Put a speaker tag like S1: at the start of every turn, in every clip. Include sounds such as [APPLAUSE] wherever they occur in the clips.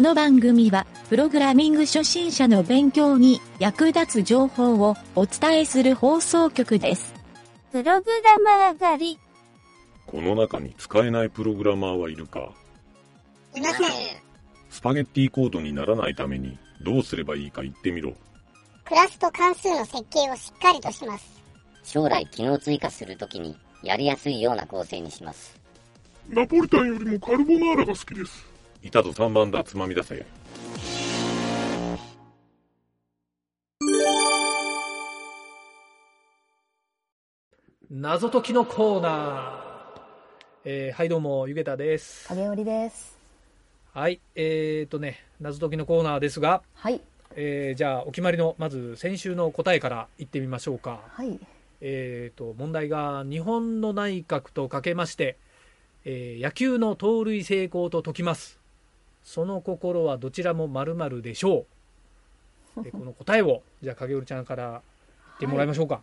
S1: の番組は、プログラミング初心者の勉強に役立つ情報をお伝えする放送局です。
S2: プログラマー狩り。
S3: この中に使えないプログラマーはいるか
S4: いません。
S3: スパゲッティコードにならないためにどうすればいいか言ってみろ。
S4: クラスと関数の設計をしっかりとします。
S5: 将来機能追加するときにやりやすいような構成にします。
S6: ナポリタンよりもカルボナーラが好きです。
S3: いたぞ3番だ、つまみ出せ。
S7: 謎解きのコーナー。えーはい、どうも、ゆげたです。
S8: 影織です。
S7: はい、えーとね、謎解きのコーナーですが、
S8: はい。
S7: えーじゃあ、お決まりの、まず先週の答えからいってみましょうか。
S8: はい。
S7: えーと、問題が、日本の内閣とかけまして、えー野球の盗塁成功と解きます。その心はどちらも〇〇でしょう。でこの答えを、じゃあ、影織ちゃんから言ってもらいましょう
S8: [LAUGHS]
S7: か。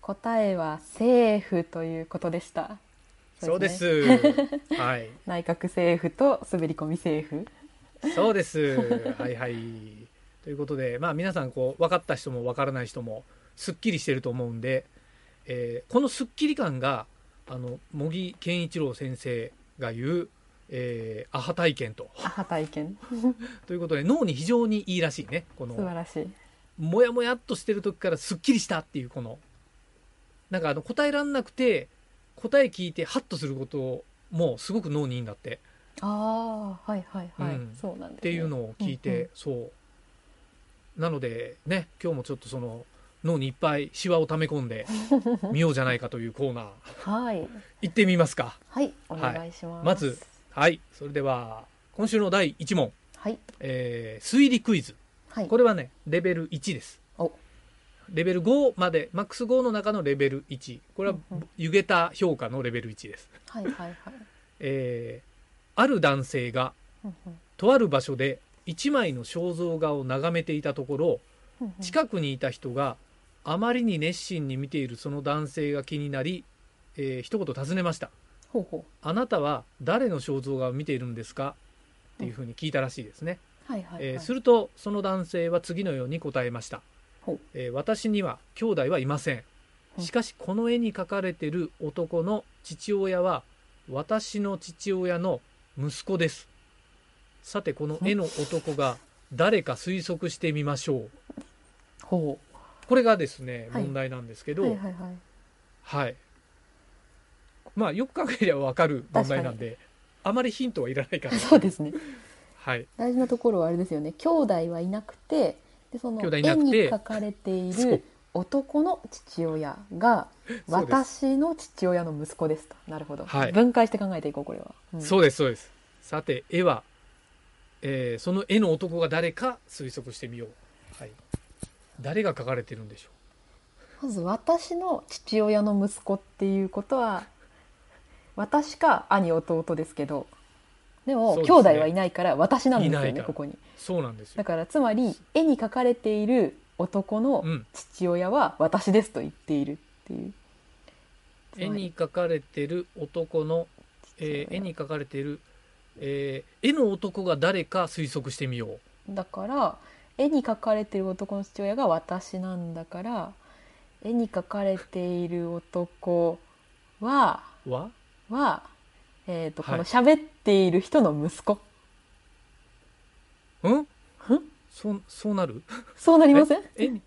S8: 答えはセーフということでした。
S7: そうで
S8: ね。
S7: す。はい。
S8: 内閣セーフと滑り込みセー [LAUGHS] フ。
S7: そうです。はいはい。ということで、まあ皆さんこう分かった人も分からない人もすっきりしてると思うんで、えーこのすっきり感があの茂木健一郎先生が言う、えーアハ体験と
S8: アハ体験。
S7: ということで脳に非常にいいらしいね。こ
S8: 素晴
S7: の
S8: らしい。
S7: モヤモヤっとしてる時からすっきりしたっていうこのなんかあの答えらんなくて答え聞いてハッとすることもすごく脳にいいんだって。
S8: ああ、はいはいはい。
S7: うん
S8: そうなんです、ね。
S7: っ
S8: っ
S7: ていうのを聞いて、
S8: うんうん
S7: そうなのでね今日もちょっとその脳にいっぱいシワを溜め込ん
S8: [LAUGHS]
S7: でみようじゃないかというコーナー
S8: はい。
S7: 行ってみますか
S8: はい。お願いします。
S7: まず。はいそれでは今週の第1問、
S8: はい。
S7: えー推理クイズ
S8: はい。
S7: これはねレベル1です
S8: お
S7: レベル5までマックス5の中のレベル1これは
S8: うんうん
S7: 湯げた評価のレベル1です、
S8: はいはいはい。
S7: えーある男性が
S8: うんうん
S7: とある場所で1枚の肖像画を眺めていたところ
S8: うんうん
S7: 近くにいた人があまりに熱心に見ているその男性が気になり、えー一言尋ねました
S8: ほうほ
S7: 「あなたは誰の肖像画を見ているんですか?」っていうふうに聞いたらしいですね、
S8: う。はいはい
S7: えー
S8: はい。
S7: するとその男性は次のように答えました
S8: ほう
S7: 「えー私には兄弟はいません
S8: うん
S7: しかしこの絵に描かれている男の父親は私の父親の息子ですさてこの絵の男が誰か推測してみましょう」
S8: ほ
S7: これがですね、
S8: はい
S7: 問題なんですけ
S8: う。
S7: ど、
S8: は
S7: はいい、
S8: はいはい。
S7: まあよく考えればわかる問題なんで、あまりヒントはいらない [LAUGHS] から、
S8: [LAUGHS] そうですね。
S7: はい、
S8: 大事なところはあれですよね兄弟はいなくてでその
S7: 兄弟い
S8: 絵
S7: なく
S8: に
S7: て
S8: 描かれてい
S7: そう
S8: る男の父親が
S7: そうです
S8: 私の父親の息子ですとなるほど、
S7: はい
S8: 分解して考えていこうこれは、うん
S7: そうですそうです。さて絵は、えーその絵の男が誰か推測してみよう。はい、誰が描かれてるんでしょ
S8: まず私の父親の息子っていうことは私か兄弟ですけどでも
S7: そうですね
S8: 兄弟はいないから私なんですよ
S7: いない
S8: ね
S7: から
S8: ここに
S7: う。そうなんです
S8: だ
S7: よ。
S8: からつまり絵に描かれている男の
S7: うん
S8: 父親は私ですと言っているっていう、
S7: 絵に描かれてる男の、えー絵に描かれてる、えー絵の男が誰か推測してみよう。
S8: だから絵に描かれてる男の父親が私なんだから絵に描かれている男は
S7: は
S8: は、えー、と
S7: はい
S8: この喋っている人の息子、
S7: うん？そそうなる？
S8: そうなりません
S7: 絵に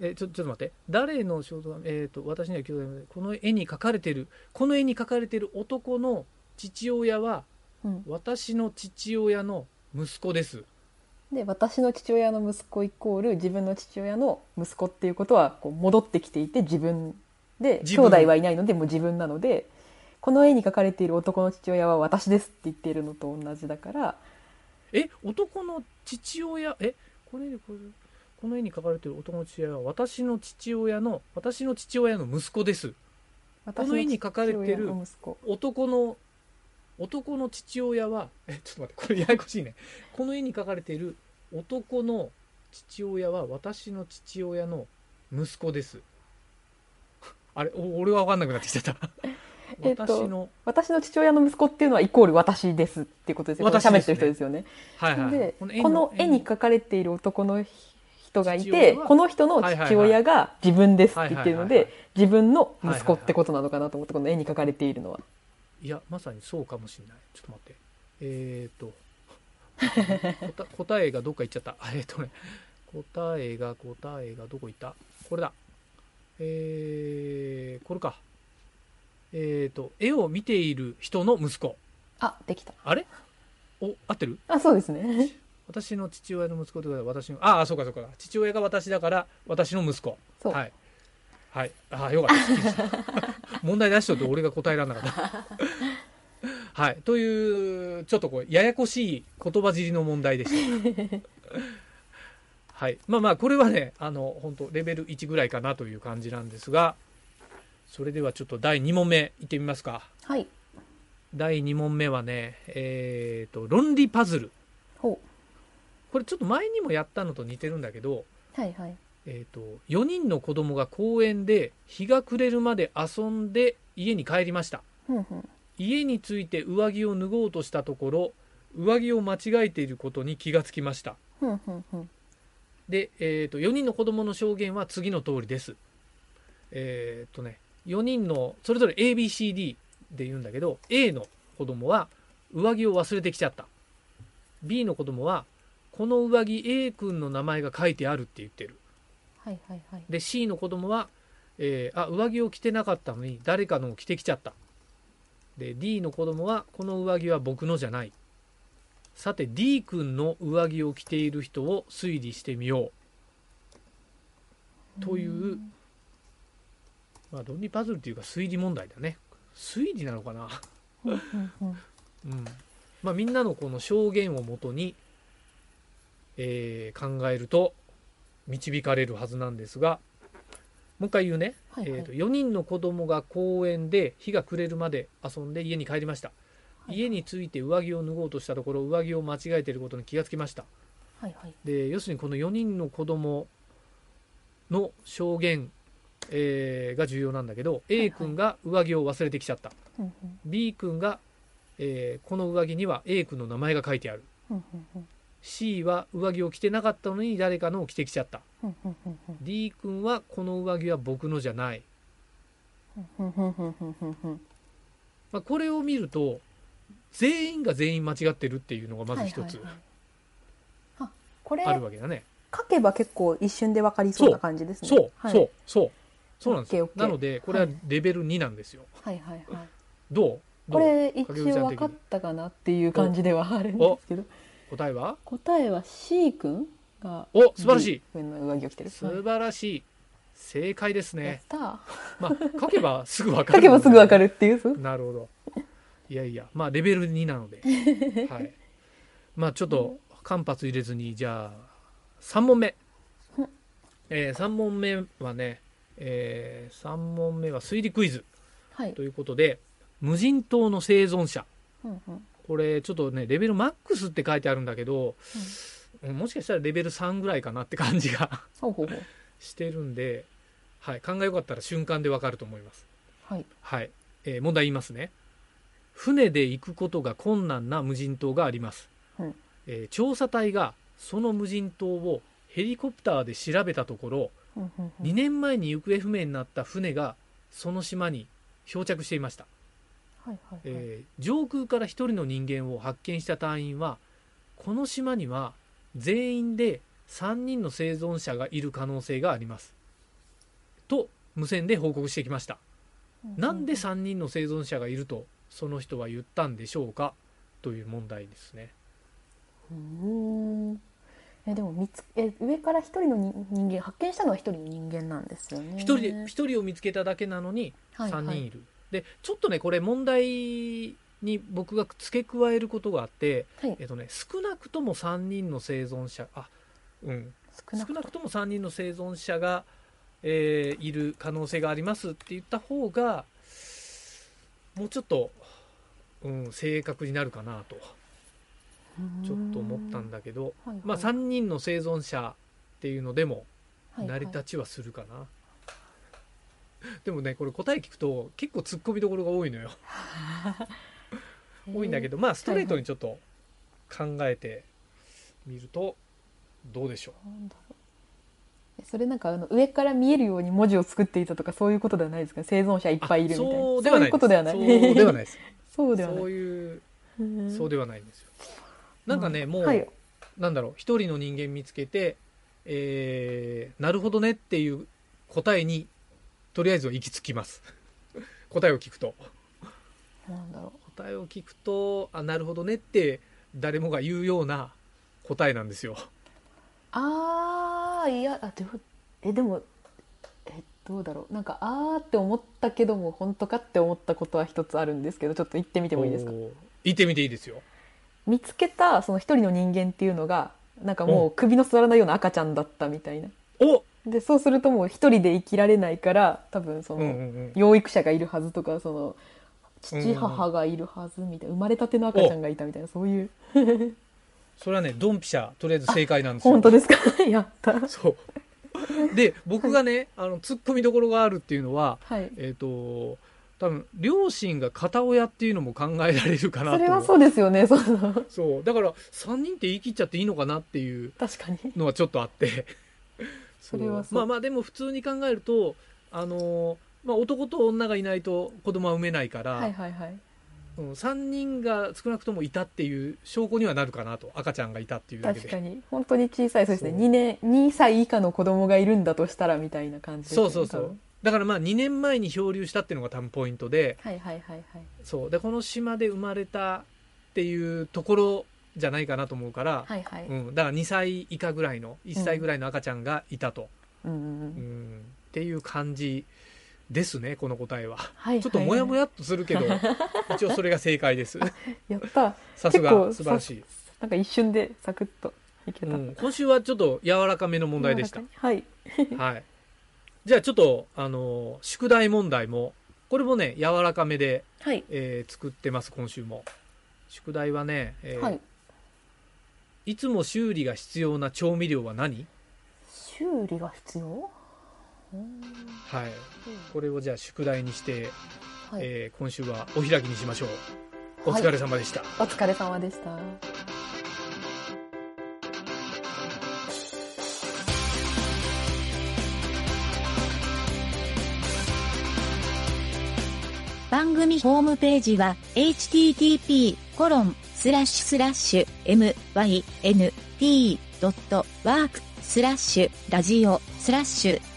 S7: えちょちょっと待って誰の肖像画えっ、と私には兄弟でこの絵に描かれてるこの絵に描かれてる男の父親は
S8: うん、
S7: 私の父親の息子です
S8: で私の父親の息子イコール自分の父親の息子っていうことはこう戻ってきていて自分で
S7: 自
S8: 兄
S7: 分
S8: 弟はいないのでもう自分なのでこの絵に描かれている男の父親は私ですって言っているのと同じだから
S7: え男の父親えこれこれこの絵に描かれてる男の父親は私の父親の私の父親の息子です
S8: 私
S7: この絵に描かれてる
S8: 父親の息子
S7: 男の男の父親はえちょっと待ってこれややこしいねこの絵に描かれている男の父親は私の父親の息子ですあれお俺は分かんなくなってきちゃった
S8: えっと
S7: 私の、
S8: 私の父親の息子っていうのはイコール私ですっていうことですよね。
S7: 私ですね
S8: 喋ってる人ですよね。
S7: はいはい
S8: で、この絵に描かれている男の人がい
S7: 父親
S8: て、
S7: は
S8: この人の父親が自分ですって言ってるの
S7: はいはい
S8: で、自分の息子ってことなのかなと思って、この絵に描かれているのは。
S7: いやまさにそうかもしれないちょっと待ってえー、と答答えがどっか行っちゃった [LAUGHS] えー、っとね答えが答えがどこ行ったこれだえー、これかえー、と絵を見ている人の息子
S8: あ、できた。
S7: あれお合ってる
S8: あ、そうですね。
S7: 私の父親の息子ということは私のああそうかそうか父親が私だから私の息子
S8: そう。
S7: はい。はい。ああ、よかったすっきりした。 [LAUGHS] 問題出しとって俺が答えられなかった。 [LAUGHS] はい。という、ちょっとこう、ややこしい言葉尻の問題で
S8: [LAUGHS]
S7: した。はい。まあまあ、これはね、あの、本当レベル1ぐらいかなという感じなんですが、それではちょっと第2問目いってみますか。
S8: はい。
S7: 第2問目はね、えっ、と、論理パズル。
S8: ほ
S7: これちょっと前にもやったのと似てるんだけど、
S8: う。はいはい。
S7: えー、と4人の子供が公園で日が暮れるまで遊んで家に帰りました
S8: ふんふん。
S7: 家に着いて上着を脱ごうとしたところ上着を間違えていることに気がつきました
S8: ふんふんふん。
S7: で、えー、と4人の子供の証言は次の通りですえっ、とね4人のそれぞれ ABCD で言うんだけど A の子供は上着を忘れてきちゃった B の子供はこの上着 A 君の名前が書いてあるって言ってる
S8: はいはいはい。
S7: で C の子供は、えーあ上着を着てなかったのに誰かのを着てきちゃったで D の子供はこの上着は僕のじゃないさて D 君の上着を着ている人を推理してみようという、まあ論理パズルというか推理問題だね推理なのかな
S8: ふんふんふん。
S7: うんまあ、みんなのこの証言をもとに、えー考えると導かれるはずなんですがもう一回言うね、
S8: はいは
S7: えー
S8: い
S7: と。4人の子供が公園で日が暮れるまで遊んで家に帰りました、
S8: はい
S7: 家に着いて上着を脱ごうとしたところ上着を間違えていることに気がつきました
S8: はいはい。
S7: で要するにこの4人の子供の証言、えーが重要なんだけど A 君が上着を忘れてきちゃった
S8: ふんふん。
S7: B 君が、えーこの上着には A 君の名前が書いてある
S8: ふんふんふん。
S7: C は上着を着てなかったのに誰かのを着てきちゃった
S8: ふんふんふんふん。
S7: D 君はこの上着は僕のじゃない、
S8: ふんふんふんふんふんふん。
S7: まあ、これを見ると全員が全員間違ってるっていうのがまず一
S8: はい
S7: つ
S8: はいはいあこれ
S7: あるわけだね、
S8: 書けば結構一瞬で分かりそうな感じですね
S7: そう、
S8: はい、
S7: そうそうそうなんです
S8: オッ
S7: よ
S8: ケーオッケー
S7: なのでこれはレベル2なんですよ、
S8: はいはいはい
S7: どうどう
S8: これ一応分かったかなっていう感じではあるんですけど
S7: 答えは
S8: 答えは C 君が
S7: お素晴らしい
S8: D 君の上着を着てる
S7: 素晴らしい正解です
S8: やっ
S7: ね、
S8: たー
S7: まあ、書けばすぐわかる
S8: 書けばすぐ分か
S7: る
S8: るっていうそ
S7: [LAUGHS]
S8: う
S7: なるほど。いやいや、まあレベル2なので、はい。まあちょっと間髪入れずに、じゃあ3問目
S8: うん。
S7: えー、3問目はね、え3問目は推理クイズ
S8: はい
S7: ということで、無人島の生存者。
S8: うんうん
S7: これちょっとね、レベルマックスって書いてあるんだけど、もしかしたらレベル3ぐらいかなって感じが [LAUGHS]
S8: ほうほうほう
S7: してるんで、はい、考えよかったら瞬間でわかると思います。
S8: はい
S7: はい、えー問題言いますね船で行くことが困難な無人島があります、
S8: うん
S7: えー調査隊がその無人島をヘリコプターで調べたところ
S8: うんうんうん
S7: 2年前に行方不明になった船がその島に漂着していました、
S8: はいはいはい
S7: えー上空から1人の人間を発見した隊員はこの島には全員で3人の生存者がいる可能性がありますと無線で報告してきました
S8: うう
S7: なんで3人の生存者がいるとその人は言ったんでしょうかという問題ですね。
S8: うーんえでも見つえ上から一人の人人間発見したのは一人の人間なんですよね
S7: 1人で一人を見つけただけなのに
S8: はい
S7: 3
S8: はい
S7: 人いる。でちょっとねこれ問題に僕が付け加えることがあって、
S8: はい
S7: えっとね、少なくとも3人の生存者あ、うん、
S8: 少な
S7: 少
S8: く
S7: なくとも3人の生存者が、えーいる可能性がありますって言った方がもうちょっと、うん、正確になるかなとちょっと思ったんだけど。
S8: はいはい
S7: まあ、3人の生存者っていうのでも
S8: はいは
S7: 成
S8: い
S7: り立ちはするかな、 [LAUGHS] でもねこれ答え聞くと結構ツッコミどころが多いのよ多いんだけ
S8: ど、
S7: どまあストレートにちょっと考えてみるとどうでしょう
S8: なんだろうえそれなんかあの上から見えるように文字を作っていたとかそういうことではないですか生存者いっぱいいるみたいな
S7: そうではない
S8: いうことではない
S7: そうではない
S8: い
S7: です
S8: そうではな
S7: そ
S8: いう
S7: いう
S8: うん
S7: そうではないんですよなんかねもう、
S8: はい
S7: なんだろう一人の人間見つけてえーなるほどねっていう答えにとりあえずは行き着きます [LAUGHS] 答えを聞くと
S8: なんだろ
S7: 答えを聞くとあなるほどねって誰もが言うような答えなんですよ
S8: うあーいやあでもえでもえどうだろうなんかあーって思ったけども本当かって思ったことは一つあるんですけどちょっと言ってみてもいいですか
S7: おー行ってみていいですよ
S8: 見つけたその一人の人間っていうのがなんかもう首のすわらないような赤ちゃんだったみたいな
S7: お
S8: でそうするともう一人で生きられないから多分そ
S7: うんう
S8: の、
S7: んうん
S8: 養育者がいるはずとかその
S7: うんうんう
S8: 父
S7: ん
S8: 母がいるはずみたいな生まれたての赤ちゃんがいたみたいなそういう
S7: それはねドンピシャとりあえず正解なんですよ
S8: 本当ですか [LAUGHS] やったは
S7: そうで僕がねあのツッコミどころがあるっていうのはいえっ、と多分両親が片親っていうのも考えられるかなと
S8: それは
S7: 思
S8: そううですよねそうそう
S7: そうだから3人って言い切っちゃっていいのかなっていう
S8: 確かに
S7: のはちょっとあって
S8: [LAUGHS] それはそう
S7: まあまあでも普通に考えるとあのーまあ、男と女がいないと子供は産めないから、
S8: はいはいはい
S7: うん、3人が少なくともいたっていう証拠にはなるかなと赤ちゃんがいたっていうだけ
S8: 確
S7: で
S8: かに本当に小さいそうですね
S7: そう
S8: 2年2歳以下の子供がいるんだとしたらみたいな感じですよ
S7: そ
S8: ね
S7: うそうそ
S8: 多
S7: う
S8: 分
S7: だからまあ2年前に漂流したっていうのが多分ポイントで
S8: はいはいはいはい
S7: そうでこの島で生まれたっていうところじゃないかなと思うから、
S8: はいはい
S7: うん、だから2歳以下ぐらいの1歳ぐらいの赤ちゃんがいたと、
S8: うんうんう
S7: うん
S8: ん
S7: っていう感じですねこの答えは。
S8: はいはい
S7: ちょっとモヤモヤっとするけ
S8: [LAUGHS]
S7: ど一応それが正解です。
S8: やった
S7: さすが
S8: 結構
S7: 素晴らしい、
S8: なんか一瞬でサクッといけ
S7: う
S8: た
S7: ん、今週はちょっと柔らかめの問題でした。
S8: はい
S7: はい、じゃあちょっとあの宿題問題もこれもね柔らかめで、
S8: はい
S7: えー作ってます今週も宿題はね、えー
S8: はいい、
S7: つも修理が必要な調味料は何、
S8: 修理が必要
S7: はい、これをじゃあ宿題にして、
S8: はい
S7: えー今週はお開きにしましょうお疲れ様でした、
S8: お疲れ様でした。
S1: 番組ホームページは http://mynt.world.web.radio/. コロンスラッシュスラッシュ MYNT ドットワークスラッシュラジオスラッシュ